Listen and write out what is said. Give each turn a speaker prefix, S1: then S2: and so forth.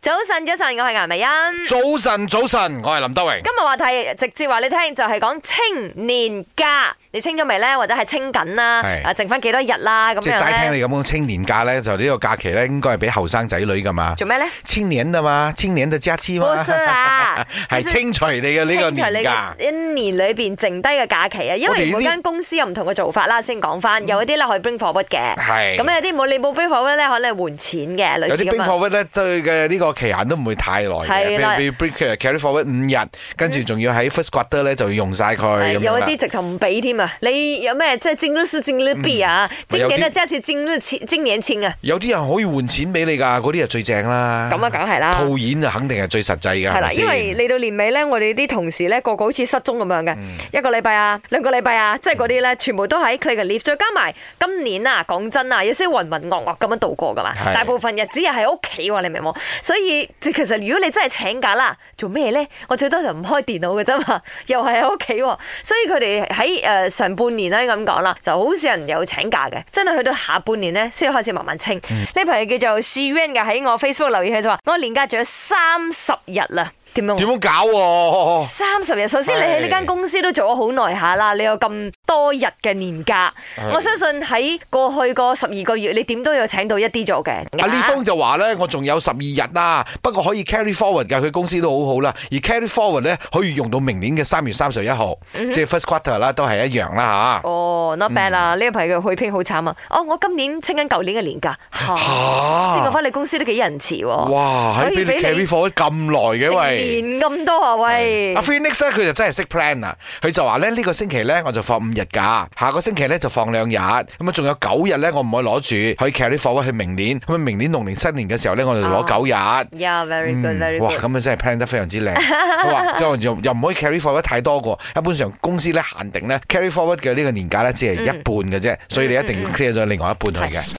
S1: 早晨，早晨，我係顏美欣。
S2: 早晨，早晨，我係林德榮。
S1: 今日話題直接話你聽，就係講青年假，你清咗未呢？或者係清緊啦，
S2: 係
S1: 啊，剩翻幾多日啦？咁
S2: 即係齋
S1: 樣
S2: 聽
S1: 咧，
S2: 你咁講，青年假咧就呢個假期咧，應該係俾後生仔女噶嘛。
S1: 做咩呢？
S2: 青年啊嘛，青年嘅假期嘛，
S1: 不，是啊
S2: 係
S1: 就是
S2: 清除你嘅呢 個
S1: 清除
S2: 年
S1: 你
S2: 假
S1: 嘅。一年裏邊剩低嘅假期啊，因
S2: 我哋
S1: 為
S2: 呢啲嗯
S1: 每間公司有唔同嘅做法啦，先講翻，有一啲咧可以 bring forward 嘅，咁
S2: 係
S1: 有啲冇你冇 bring forward 咧，可能係換錢嘅，類
S2: 有
S1: 似咁
S2: 啲
S1: 啊
S2: bring
S1: 樣。
S2: forward 咧，對嘅呢個期限都唔會太耐嘅。
S1: 係啦嗯
S2: 譬如譬如 bring carry forward 五日，跟住仲要喺 first quarter 咧就要用晒佢
S1: 係
S2: 咁樣
S1: 有一
S2: 啦。
S1: 啲直頭唔俾添啊！你有咩即係今日是今日幣啊？今年
S2: 嗯有
S1: 呢，
S2: 啲
S1: 即係今日錢，今年錢啊！
S2: 有啲人可以換錢俾你㗎，嗰啲係最正啦。
S1: 咁啊，梗係啦。
S2: 套現啊，肯定係最實際㗎。
S1: 係啦，
S2: 咪先
S1: 因為嚟到年尾咧，我哋啲同事咧個個好似失蹤咁樣嘅，
S2: 嗯
S1: 一個禮拜啊，兩個禮拜啊，即係嗰啲咧，全部都喺佢嘅 leave，再加埋今年啊，講真啊，有些渾渾噩噩咁樣度過噶嘛
S2: 係，
S1: 大部分日子又喺屋企喎，你明冇？所以即其實如果你真係請假啦，做咩咧？我最多就唔開電腦嘅啫嘛， 又係喺屋企喎，所以佢哋喺誒上半年咧咁講啦，就好少人有請假嘅，真係去到下半年咧先開始慢慢清。
S2: 嗯
S1: 呢朋友叫做 s h e n 嘅喺我 Facebook 留言，佢就話：我年假仲有三十日啦，點樣啊哦
S2: 點？啊樣搞喎？
S1: 三十日，首先你喺呢間公司都做咗好耐下啦，你有咁多日嘅年假，
S2: 係
S1: 我相信喺過去個十二個月，你點都有請到一啲做嘅。
S2: 阿啊呢峰就話咧，我仲有十二日啦，不過可以 carry forward 㗎，佢公司都好好啦。而 carry forward 咧，可以用到明年嘅三月三十一號，即係 first quarter 啦，都係一樣啦
S1: 嗯哦，not bad 啦，
S2: 嗯
S1: 呢個朋友佢拼好慘啊！哦，我今年清緊舊年嘅年假，嚇
S2: 嚇。
S1: 先講
S2: 嚇！
S1: 翻你公司都幾仁慈喎，
S2: 哇，
S1: 可以
S2: 喺俾
S1: 俾
S2: 你
S1: 你
S2: carry forward 咁耐嘅
S1: 成
S2: 喂。嗯
S1: 年咁多啊喂
S2: 阿！Phoenix 咧，佢就真係識 plan 啊！佢就話咧，呢個星期咧我就放五日假，下個星期咧就放兩日，咁啊仲有九日咧我唔可以攞住，去 carry forward 去明年，咁啊明年農曆新年嘅時候咧我就
S1: 哦
S2: 攞九日。
S1: Yeah, very good,
S2: 嗯
S1: very
S2: 哇，
S1: good。
S2: 咁啊真係 plan 得非常 之靚。佢話又啊又又唔可以 carry forward 太多個，一般上公
S1: 嗯
S2: 司咧限定咧 carry forward 嘅呢個年假咧只係一半嘅啫，所以你一定要 clear 咗另外一半去嘅。